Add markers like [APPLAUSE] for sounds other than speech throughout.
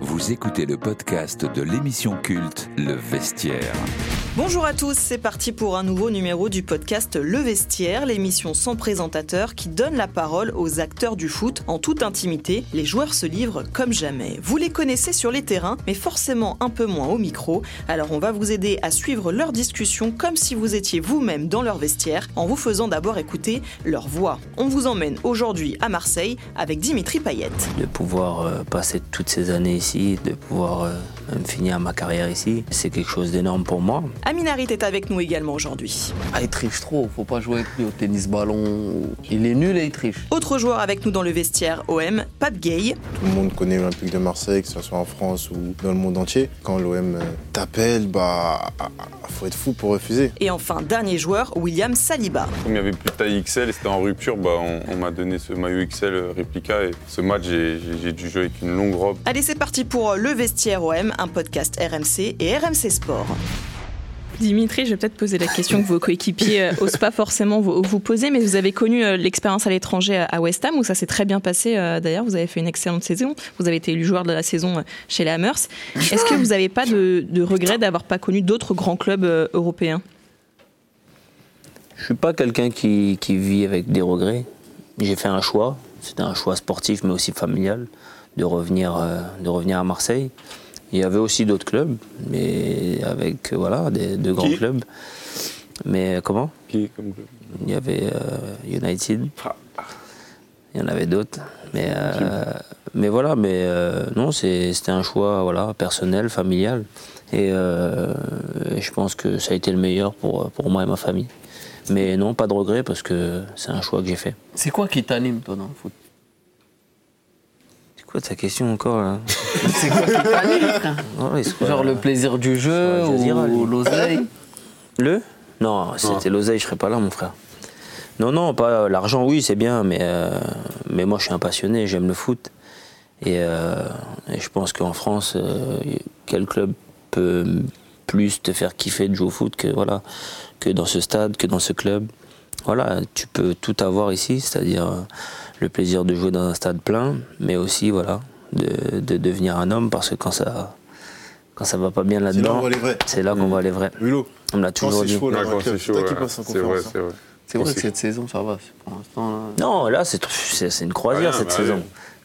Vous écoutez le podcast de l'émission culte Le Vestiaire. Bonjour à tous, c'est parti pour un nouveau numéro du podcast Le Vestiaire, l'émission sans présentateur qui donne la parole aux acteurs du foot en toute intimité. Les joueurs se livrent comme jamais. Vous les connaissez sur les terrains, mais forcément un peu moins au micro. Alors on va vous aider à suivre leur discussion comme si vous étiez vous-même dans leur vestiaire en vous faisant d'abord écouter leur voix. On vous emmène aujourd'hui à Marseille avec Dimitri Payette. de pouvoir euh, passer toutes ces années ici, de pouvoir euh, même finir ma carrière ici, c'est quelque chose d'énorme pour moi. Aminarit est avec nous également aujourd'hui. Ah, il triche trop, faut pas jouer avec lui au tennis ballon. Il est nul et il triche. Autre joueur avec nous dans le vestiaire OM, Pape Gay. Tout le monde connaît l'Olympique de Marseille, que ce soit en France ou dans le monde entier. Quand l'OM euh, t'appelle, bah, faut être fou pour refuser. Et enfin, dernier joueur, William Saliba. Comme il n'y avait plus de taille XL et c'était en rupture, bah, on, on m'a donné ce maillot XL réplica et ce match, j'ai- j'ai j'ai dû jouer avec une longue robe. Allez, c'est parti pour Le Vestiaire OM, un podcast RMC et RMC [LAUGHS] Sport. Dimitri, je vais peut-être poser la question que vos coéquipiers euh, osent pas forcément vous, vous poser, mais vous avez connu euh, l'expérience à l'étranger à- à West Ham où ça s'est très bien passé. euh, D'ailleurs, vous avez fait une excellente saison. Vous avez été élu joueur de la saison euh, chez les Hammers. Est-ce que vous n'avez pas de, de regret d'avoir pas connu d'autres grands clubs euh, européens Je suis pas quelqu'un qui, qui vit avec des regrets. J'ai fait un choix, c'était un choix sportif mais aussi familial, de revenir, euh, de revenir à Marseille. Il y avait aussi d'autres clubs, mais avec euh, voilà, des, de grands Qui clubs. Mais euh, comment Qui est comme je- Il y avait euh, United. Ah. Il y en avait d'autres. Mais, euh, mais voilà, mais euh, non, c'est- c'était un choix voilà, personnel, familial. Et, euh, et je pense que ça a été le meilleur pour, pour moi et ma famille. Mais non, pas de regret parce que c'est un choix que j'ai fait. C'est quoi qui t'anime, toi, dans le foot C'est quoi ta question encore là [LAUGHS] C'est quoi qui t'anime, frère Ouais, c'est quoi, euh, Genre là le plaisir du jeu Sur Al Jazeera, ou lui. l'oseille Le Non, c'était l'oseille, je serais pas là, mon frère. Non, non, pas euh, l'argent, oui, c'est bien, mais, euh, mais moi, je suis un passionné, j'aime le foot. Et, euh, et je pense qu'en France, euh, quel club peut plus te faire kiffer de jouer au foot que, voilà, que dans ce stade, que dans ce club voilà, tu peux tout avoir ici, c'est-à-dire euh, le plaisir de jouer dans un stade plein, mais aussi voilà, de, de devenir un homme parce que quand ça quand ça va pas bien C'est là où on là-dedans, voit les vrais. c'est là qu'on voit les vrais. Hulot, On me l'a quand toujours c'est dit. chaud, là, Ouais, quand dans le club, c'est chaud, toi qui ouais. passes en C'est vrai, conférence. c'est vrai. C'est vrai Aussi. que cette saison, ça va. c'est- Pour l'instant, là. Non, là, c'est c'est- c'est une croisière Ah, cette bah, saison. oui.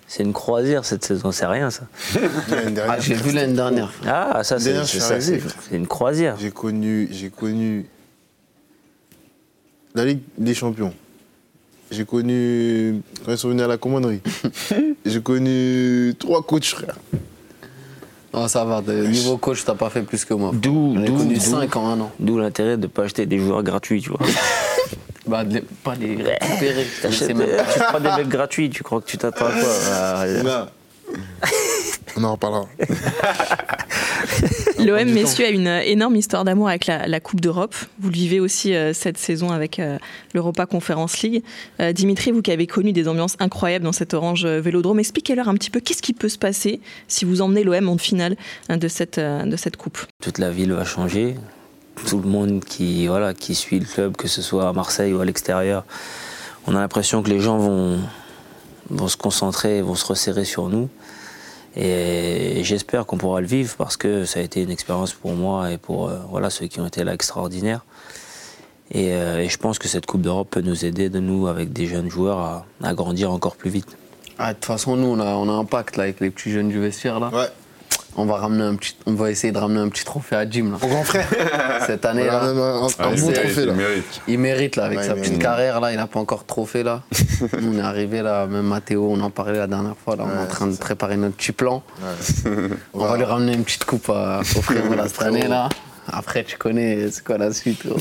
C'est une croisière cette saison, c'est rien ça. hein. L'année dernière, [LAUGHS] Ah, j'ai vu l'année dernière. Ah, ça, c'est D'ailleurs, je c'est- suis ça, arrivé. c'est- c'est une croisière. J'ai connu, j'ai connu la Ligue des Champions. J'ai connu quand ils sont venus à la [LAUGHS] commanderie. j'ai connu trois coachs, frère. Non, ça va. de- Niveau coach, t'as pas fait plus que moi. D'où- J'ai d'où- connu d'où- 5 en un an. D'où l'intérêt de pas acheter des joueurs gratuits, tu vois. Bah, de les- pas [LAUGHS] les récupérer. je T'achètes- sais même pas. tu prends des mecs gratuits, tu crois que tu t'attends à quoi Euh, Non. [LAUGHS] On en reparlera. L'OM, messieurs, a une euh, énorme histoire d'amour avec la, la Coupe d'Europe. Vous le vivez aussi euh, cette saison avec euh, l'Europa Conference League. Euh, Dimitri, vous qui avez connu des ambiances incroyables dans cet orange euh, vélodrome, expliquez-leur un petit peu qu'est-ce qui peut se passer si vous emmenez l'OM en finale euh, de cette, euh, de cette Coupe. toute la ville va changer. Tout le monde qui, voilà, qui suit le club, que ce soit à Marseille ou à l'extérieur, on a l'impression que les gens vont, vont se concentrer, vont se resserrer sur nous. Et j'espère qu'on pourra le vivre parce que ça a été une expérience pour moi et pour euh, voilà, ceux qui ont été là extraordinaire. Et, euh, et je pense que cette Coupe d'Europe peut nous aider, de nous, avec des jeunes joueurs, à- à grandir encore plus vite. Ah, De toute façon, nous, on a, on a un pacte là, avec les petits jeunes du vestiaire. là. Ouais. On va, ramener un petit, on va essayer de ramener un petit trophée à Jim là. Mon grand frère. cette On année. a là. même un, un Ah, il bon mérite, trophée il là. mérite. Il mérite là, avec Ouais, sa il petite mérite. carrière là, il n'a pas encore de trophée là. [LAUGHS] Nous, on est arrivé là, même Mathéo, on en parlait la dernière fois, là, on est en Ouais, train de c'est ça. préparer notre petit plan. On Voilà. va lui ramener une petite coupe à, au [LAUGHS] frérot là, cette année là. Après, tu connais, c'est quoi la suite oh. gros.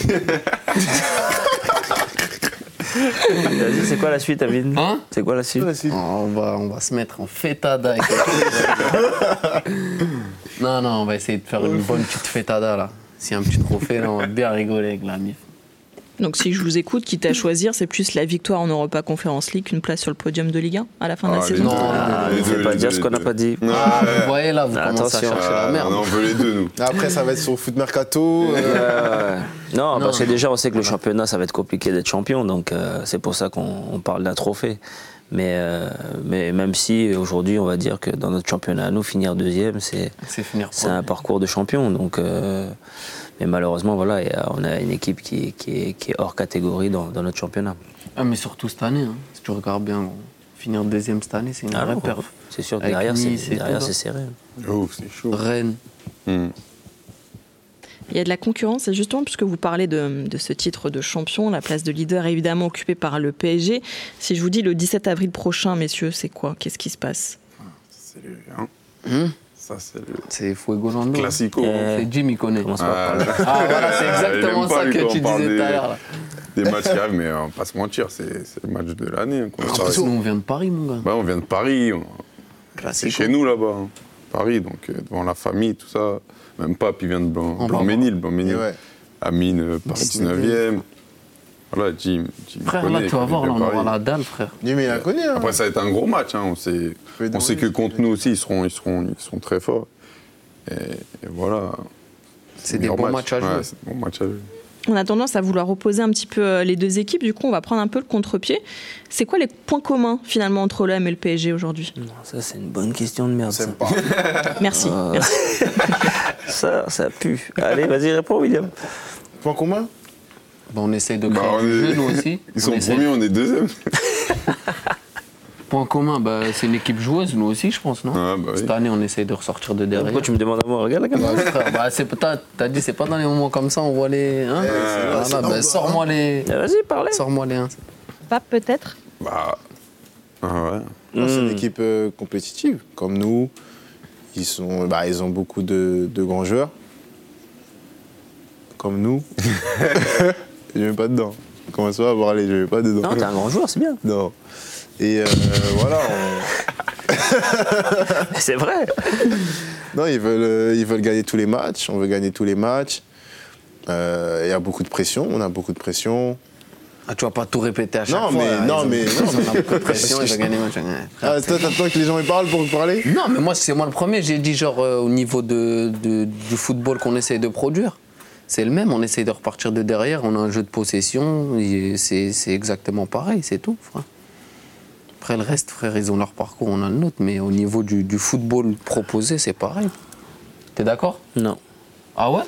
Vas-y, c'est quoi la suite, Amine Hein C'est quoi la suite on, va, on va se mettre en fêtada. avec [LAUGHS] les- non, non, on va essayer de faire une bonne petite fêtada là. S'il y a un petit trophée là, on va bien rigoler avec la mif. Donc si je vous écoute, quitte à choisir, c'est plus la victoire en Europa Conference League qu'une place sur le podium de Ligue 1 à la fin de la Ah, les saison. deux, Ah, les ne deux, fais pas les dire deux, ce qu'on n'a les pas deux. dit. Ah, ouais. Vous [LAUGHS] voyez là, vous Ah, commencez attention. à chercher la Euh, Ah, merde. On en veut les deux, nous. Après, ça va être sur Foot Mercato. euh, [LAUGHS] Euh, non, parce que non. déjà, on sait que le championnat, ça va être compliqué d'être champion, donc euh, c'est pour ça qu'on on parle d'un trophée. Mais, euh, mais même si aujourd'hui, on va dire que dans notre championnat à nous, finir deuxième, c'est C'est finir c'est pro. un parcours de champion. Donc, euh, mais malheureusement, voilà, il y a- on a une équipe qui, qui, est, qui est hors catégorie dans, dans notre championnat. Ah, mais surtout cette année, hein. si tu regardes bien, bon, finir deuxième cette année, c'est une Ah vraie non, perf. C'est sûr, Avec derrière, c'est hein Nice et derrière, tout, c'est serré. Oh, c'est chaud. Rennes. Hmm. Il y a de la concurrence, et justement, puisque vous parlez de, de ce titre de champion, la place de leader est évidemment occupée par le PSG. Si je vous dis le 17 avril prochain, messieurs, c'est quoi Qu'est-ce qui se passe C'est le- hein. Hmm Ça, c'est le C'est Fuego Lando. classico. hein. Euh, C'est Jim, il connaît. Commence pas Ah, [LAUGHS] par là. Ah, voilà, c'est Il exactement aime pas, ça lui, que quand tu on parle disais tout à des- l'heure. là. des matchs qui arrivent, mais on va pas se mentir, c'est c'est le match de l'année. hein, qu'on Parce travaille. que nous, Ah, on vient de Paris, mon gars. Bah, on vient de Paris, on- c'est Classico. chez nous là-bas, hein. Paris, donc euh, devant la famille, tout ça. Même pas, puis vient de Blanc- En Eh Blanc-Ménil, Et Blanc-Ménil. ouais. Amine, euh, Paris 19e. 19e. Voilà, Jim. Jim Frère, connaît, là, tu vas connaît voir, bien là, on aura Paris. la dalle, frère. Lui, mais il la connaît. Hein. Après, ça va être un gros match. hein, On sait, Fais on donc, sait que oui. contre nous aussi, ils seront, ils seront, ils seront très forts. Et, et voilà. C'est des Meilleur bons match. matchs à jouer. Ouais, c'est des bons matchs à jouer. On a tendance à vouloir opposer un petit peu euh, les deux équipes, du coup, on va prendre un peu le contre-pied. C'est quoi les points communs, finalement, entre l'OM et le PSG aujourd'hui Ça, c'est une bonne question de merde. Ça, T'aimes pas. [LAUGHS] Merci. Euh, Merci. [LAUGHS] ça, ça pue. Allez, vas-y, réponds, William. Point commun Bah, on essaye de Bah, créer on du est- jeu, nous aussi. On [LAUGHS] Ils sont essaye. premiers, on est deuxième. [LAUGHS] Point commun, bah, c'est une équipe joueuse, nous aussi, je pense, non Ah, bah oui. Cette année, on essaye de ressortir de derrière. Pourquoi tu me demandes à moi Regarde la caméra. Bah, frère, bah, c'est- t'as t'as dit, c'est pas dans les moments comme ça, on voit les. Hein Eh, c'est vrai, c'est Voilà, bah, normal, sors-moi les. Ah, Vas-y, parlez. Sors-moi les. hein. Pape, peut-être Bah. Ah ouais. Non, C'est une Hmm. équipe euh, compétitive, comme nous. Ils, sont, bah, ils ont beaucoup de, de grands joueurs. Comme [LAUGHS] nous. je ne vais pas dedans. Comment ça va, bon, allez, je ne vais pas dedans. Non, t'es un grand joueur, c'est bien. [LAUGHS] Non. Et euh, voilà, on- C'est vrai. non, ils, veulent, euh, ils veulent gagner tous les matchs, on veut gagner tous les matchs. Euh, Il y a beaucoup de pression, on a beaucoup de pression. Ah, tu vas pas tout répéter à chaque Non, fois. mais- là, non, ils ont- mais- non, ils ont mais- la pression, [LAUGHS] ils ont gagné le match. Ouais. Ah, toi, t'attends que les gens y parlent pour parler Non, mais moi, c'est moi le premier. J'ai dit, genre, euh, au niveau de, de- du football qu'on essaye de produire, c'est le même. On essaye de repartir de derrière. On a un jeu de possession. et C'est c'est exactement pareil, c'est tout, frère. Après, le reste, frère, ils ont leur parcours, on a le nôtre. Mais au niveau du, du football proposé, c'est pareil. T'es d'accord Non. Ah ouais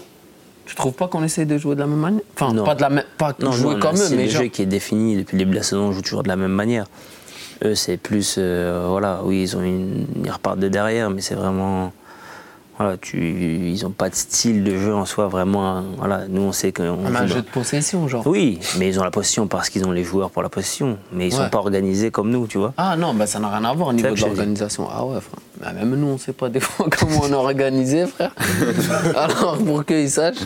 Tu trouves pas qu'on essaye de jouer de la même manière Enfin, Non. pas de la même. Pas Non, jouer nous, on a comme un eux, style mais de genre. jeu qui est défini depuis le début de la saison, on joue toujours de la même manière. Eux, c'est plus, euh, voilà, oui, ils ont une, ils repartent de derrière, mais c'est vraiment, voilà, tu, ils ont pas de style de jeu en soi vraiment. hein, Voilà, nous on sait qu'on. On a un joue jeu dans- de possession, genre. Oui, mais ils ont la position parce qu'ils ont les joueurs pour la position, mais ils Ouais. sont pas organisés comme nous, tu vois. Ah non, bah ça n'a rien à voir au niveau que de je te dis. l'organisation. Ah ouais, frère. Bah, même nous, on sait pas des [LAUGHS] fois comment on est organisé, [LAUGHS] frère. Alors, pour qu'ils sachent.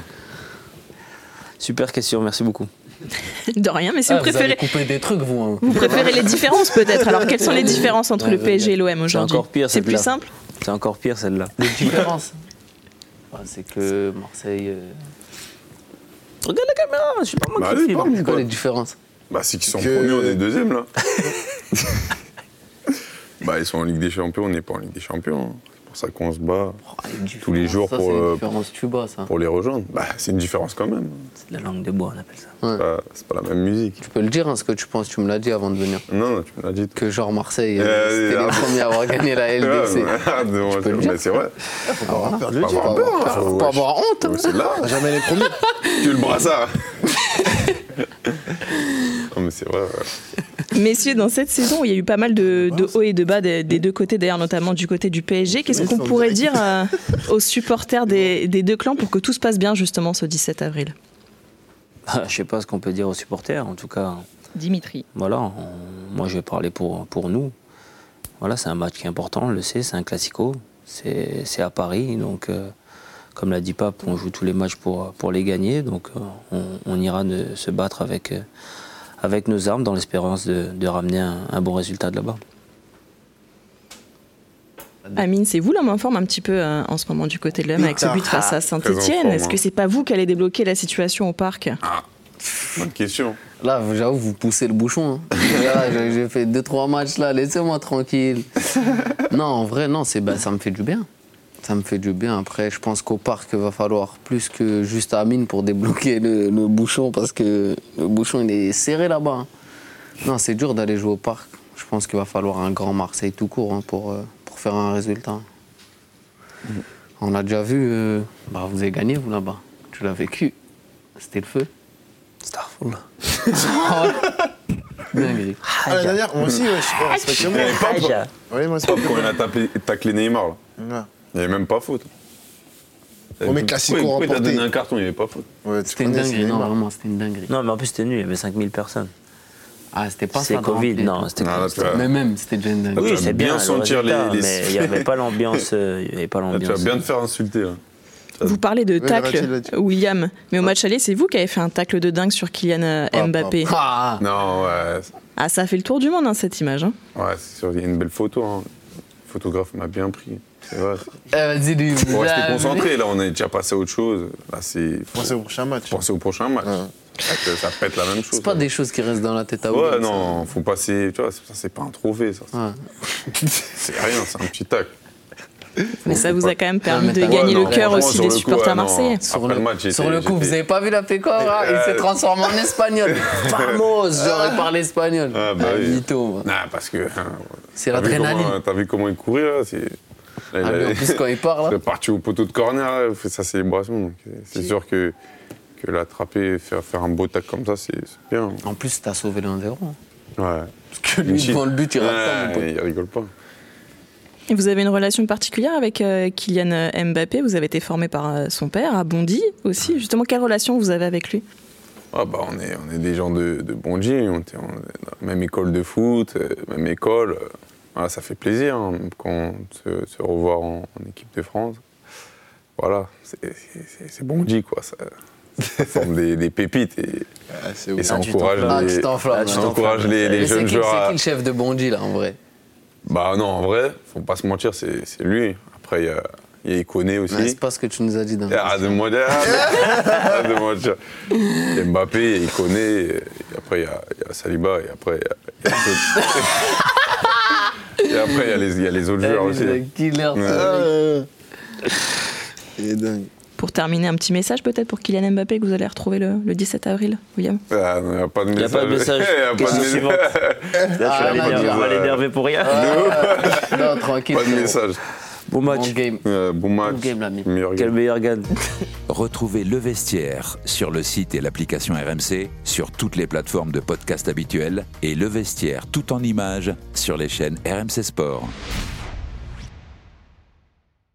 Super question, merci beaucoup. De rien, mais si vous Ah, vous avez préférez. coupé des trucs, vous. hein. Vous préférez les différences peut-être Alors quelles sont les différences entre Ouais, le PSG et l'OM C'est aujourd'hui encore pire C'est plus celle-là. simple C'est encore pire celle-là. Les différences. Bah, c'est que Marseille. euh, Regarde la caméra, je suis pas moi Bah, qui allez, filme. parle. C'est quoi les différences Bah, c'est qu'ils sont Que- premiers, on est deuxième là. [LAUGHS] bah, ils sont en Ligue des Champions, on n'est pas en Ligue des Champions. hein. C'est pour ça qu'on se bat Oh, les Tous les différences, jours ça, pour, C'est euh, les différences tuba, ça. pour les rejoindre. Bah, c'est une différence quand même. C'est de la langue de bois, on appelle ça. C'est pas- C'est pas la même musique. Tu peux le dire, hein, ce que tu penses, tu me l'as dit avant de venir. Non, non, tu me l'as dit. toi. Que genre Marseille, euh, Euh, [LAUGHS] c'était les euh, premiers à avoir gagné la LDC. Ouais, mais- [LAUGHS] ah, non, peux le mais dire. C'est vrai. Faut pas avoir peur de le Faut dire. avoir peur, hein, Faut faut- pas avoir honte. Ouais, C'est là. On va [LAUGHS] Jamais les premiers. [LAUGHS] Tu le brassard Non mais c'est vrai. ouais. Messieurs, dans cette saison, il y a eu pas mal de, de hauts et de bas des, des deux côtés, d'ailleurs notamment du côté du PSG. Qu'est-ce qu'on pourrait dire euh, aux supporters des, des deux clans pour que tout se passe bien justement ce 17 avril Bah, je sais pas ce qu'on peut dire aux supporters, en tout cas. Dimitri. Voilà, on- moi je vais parler pour, pour nous. Voilà, c'est un match qui est important, on le sait, c'est un classico. C'est c'est à Paris, donc euh, comme l'a dit Pape, on joue tous les matchs pour, pour les gagner. Donc euh, on, on ira de- se battre avec, euh, avec nos armes dans l'espérance de, de ramener un, un bon résultat de là-bas. Amine, c'est vous l'homme en forme un petit peu euh, en ce moment du côté de l'homme avec ce but face à en Saint-Etienne. forme, Est-ce que hein. c'est pas vous qui allez débloquer la situation au parc Bonne question. Là, j'avoue, vous poussez le bouchon. hein. Là, j'ai j'ai fait 2-3 matchs là, laissez-moi tranquille. non, en vrai, non, c'est bah, ça me fait du bien. Ça me fait du bien. Après, je pense qu'au parc, il va falloir plus que juste Amine pour débloquer le, le bouchon parce que le bouchon, il est serré là-bas. hein. Non, c'est dur d'aller jouer au parc. Je pense qu'il va falloir un grand Marseille tout court hein, pour, euh, pour faire un résultat. On a déjà vu, euh, bah, vous avez gagné, vous là-bas. Tu l'as vécu. C'était le feu. Starfall. Dinguerie. Ah, la dernière, moi aussi, ouais, je Ah, sais pas, respectez-moi. Il y avait pas faute. Aïe. Ouais, moi aussi. Eh, Quand on a tapé, taclé Neymar, là, Ouais. il n'y avait même pas faute. Oh, mais classico Pourquoi- pourquoi il t'a remporté. donné un carton, il n'y avait pas faute. Ouais, tu C'était une connais, c'est dinguerie, non, Neymar. vraiment, c'était une dinguerie. Non, mais en plus, c'était nul, il y avait 5000 personnes. Ah, c'était pas ça. C'est dans la Covid, tête. non, c'était Non, là, Covid. tu vas- Mais même, c'était déjà une tu dinguerie. Oui, vas c'est bien, Ah, bien le sentir les- résultat, les- mais il n'y [LAUGHS] avait pas l'ambiance. euh, Il y avait pas Ah, Là, tu vas l'ambiance. bien te faire insulter. hein. là. Vous parlez de Oui, Verratti tacle, l'a dit. William, mais au match aller, c'est vous qui avez fait un tacle de dingue sur Kylian euh, Ah, Mbappé. Ah, Non, ouais, c'est- Ah, ça a fait le tour du monde, hein, cette image. hein. ouais, c'est sûr, il y a une belle photo. hein. Le photographe m'a bien pris. C'est vrai. euh, dis-lui. On Bah, vous va rester avez- concentré, là, on est déjà passé à autre chose. Là, c'est. Pensez au prochain match. penser au prochain match. Ça, peut- ça pète la même chose. C'est pas là. des choses qui restent dans la tête à vous. Ouais, non, faut passer. Tu vois, ça, c'est pas un trophée, ça. Ouais. [LAUGHS] C'est rien, c'est un petit tac. Mais ça vous a quand même permis mais de t'as- gagner le Ouais, non, cœur franchement, aussi sur des le coup, supporters ouais, non. marseillais. Après Sur, le le, match, j'étais- sur le coup, j'étais- vous avez pas vu la pécore hein Il s'est transformé en [LAUGHS] espagnol. Vamos, j'aurais parlé espagnol. Ah, bah oui. mytho, moi. Non, parce que. hein, C'est t'as vu l'adrénaline. comment- euh, hein, T'as vu comment il courait, là c'est... là, Ah, il mais en allait- plus, quand il part, [LAUGHS] il là. est parti au poteau de corner, là, il fait sa célébration. Donc, c'est- c'est sûr que, que l'attraper, faire, faire un beau tac comme ça, c'est c'est bien. En plus, t'as sauvé le 1-0. hein. Ouais. Parce que lui, devant le but, il rate ça, mon Ouais, pote. Il rigole pas. Et vous avez une relation particulière avec euh, Kylian euh, Mbappé. Vous avez été formé par euh, son père, à Bondy aussi. Justement, quelle relation vous avez avec lui Ah bah on est, on est des gens de, de Bondy, on était on est dans la même école de foot, euh, même école. euh, Voilà, ça fait plaisir hein, quand se, se revoir en, en équipe de France. Voilà, c'est- c'est c'est- c'est Bondy quoi, ça, ça forme des, des pépites et, Ah, c'est et ouf. ça Ah, tu encourage Ah, les, tu t'enflammes. ça là. encourage les, les Mais c'est jeunes qui- joueurs C'est à... qui le chef de Bondy, là, en vrai Bah non, en vrai, faut pas se mentir, c'est c'est lui. Après, il y a, il y a Ikoné aussi. Ouais, C'est pas ce que tu nous as dit d'un Arrête de moi dire. [LAUGHS] Arrête de moi dire. Et Mbappé, il connaît. et Après, il y, a- il y a Saliba. Et après, il y a- [LAUGHS] il y a. d'autres. Et après, il y a les- il y, a les autres joueurs aussi. Le killer. euh, Ouais. ce mec. Ah, Il est dingue. Pour terminer, un petit message peut-être pour Kylian Mbappé que vous allez retrouver le, le 17 avril, William. Ah, non, Il n'y a pas de Il n'y a message. pas de message. [LAUGHS] Il y a pas de Question message. suivante. Ah, Là, je non, suis allé non, dire, on va non. l'énerver pour rien. Non, tranquille. Pas de frérot. message. Bon Bon match. game. Euh, bon match. game, l'ami. Meilleur Quel game. meilleur gagne. Retrouvez Le Vestiaire sur le site et l'application RMC, sur toutes les plateformes de podcast habituelles et Le Vestiaire tout en images sur les chaînes RMC Sport.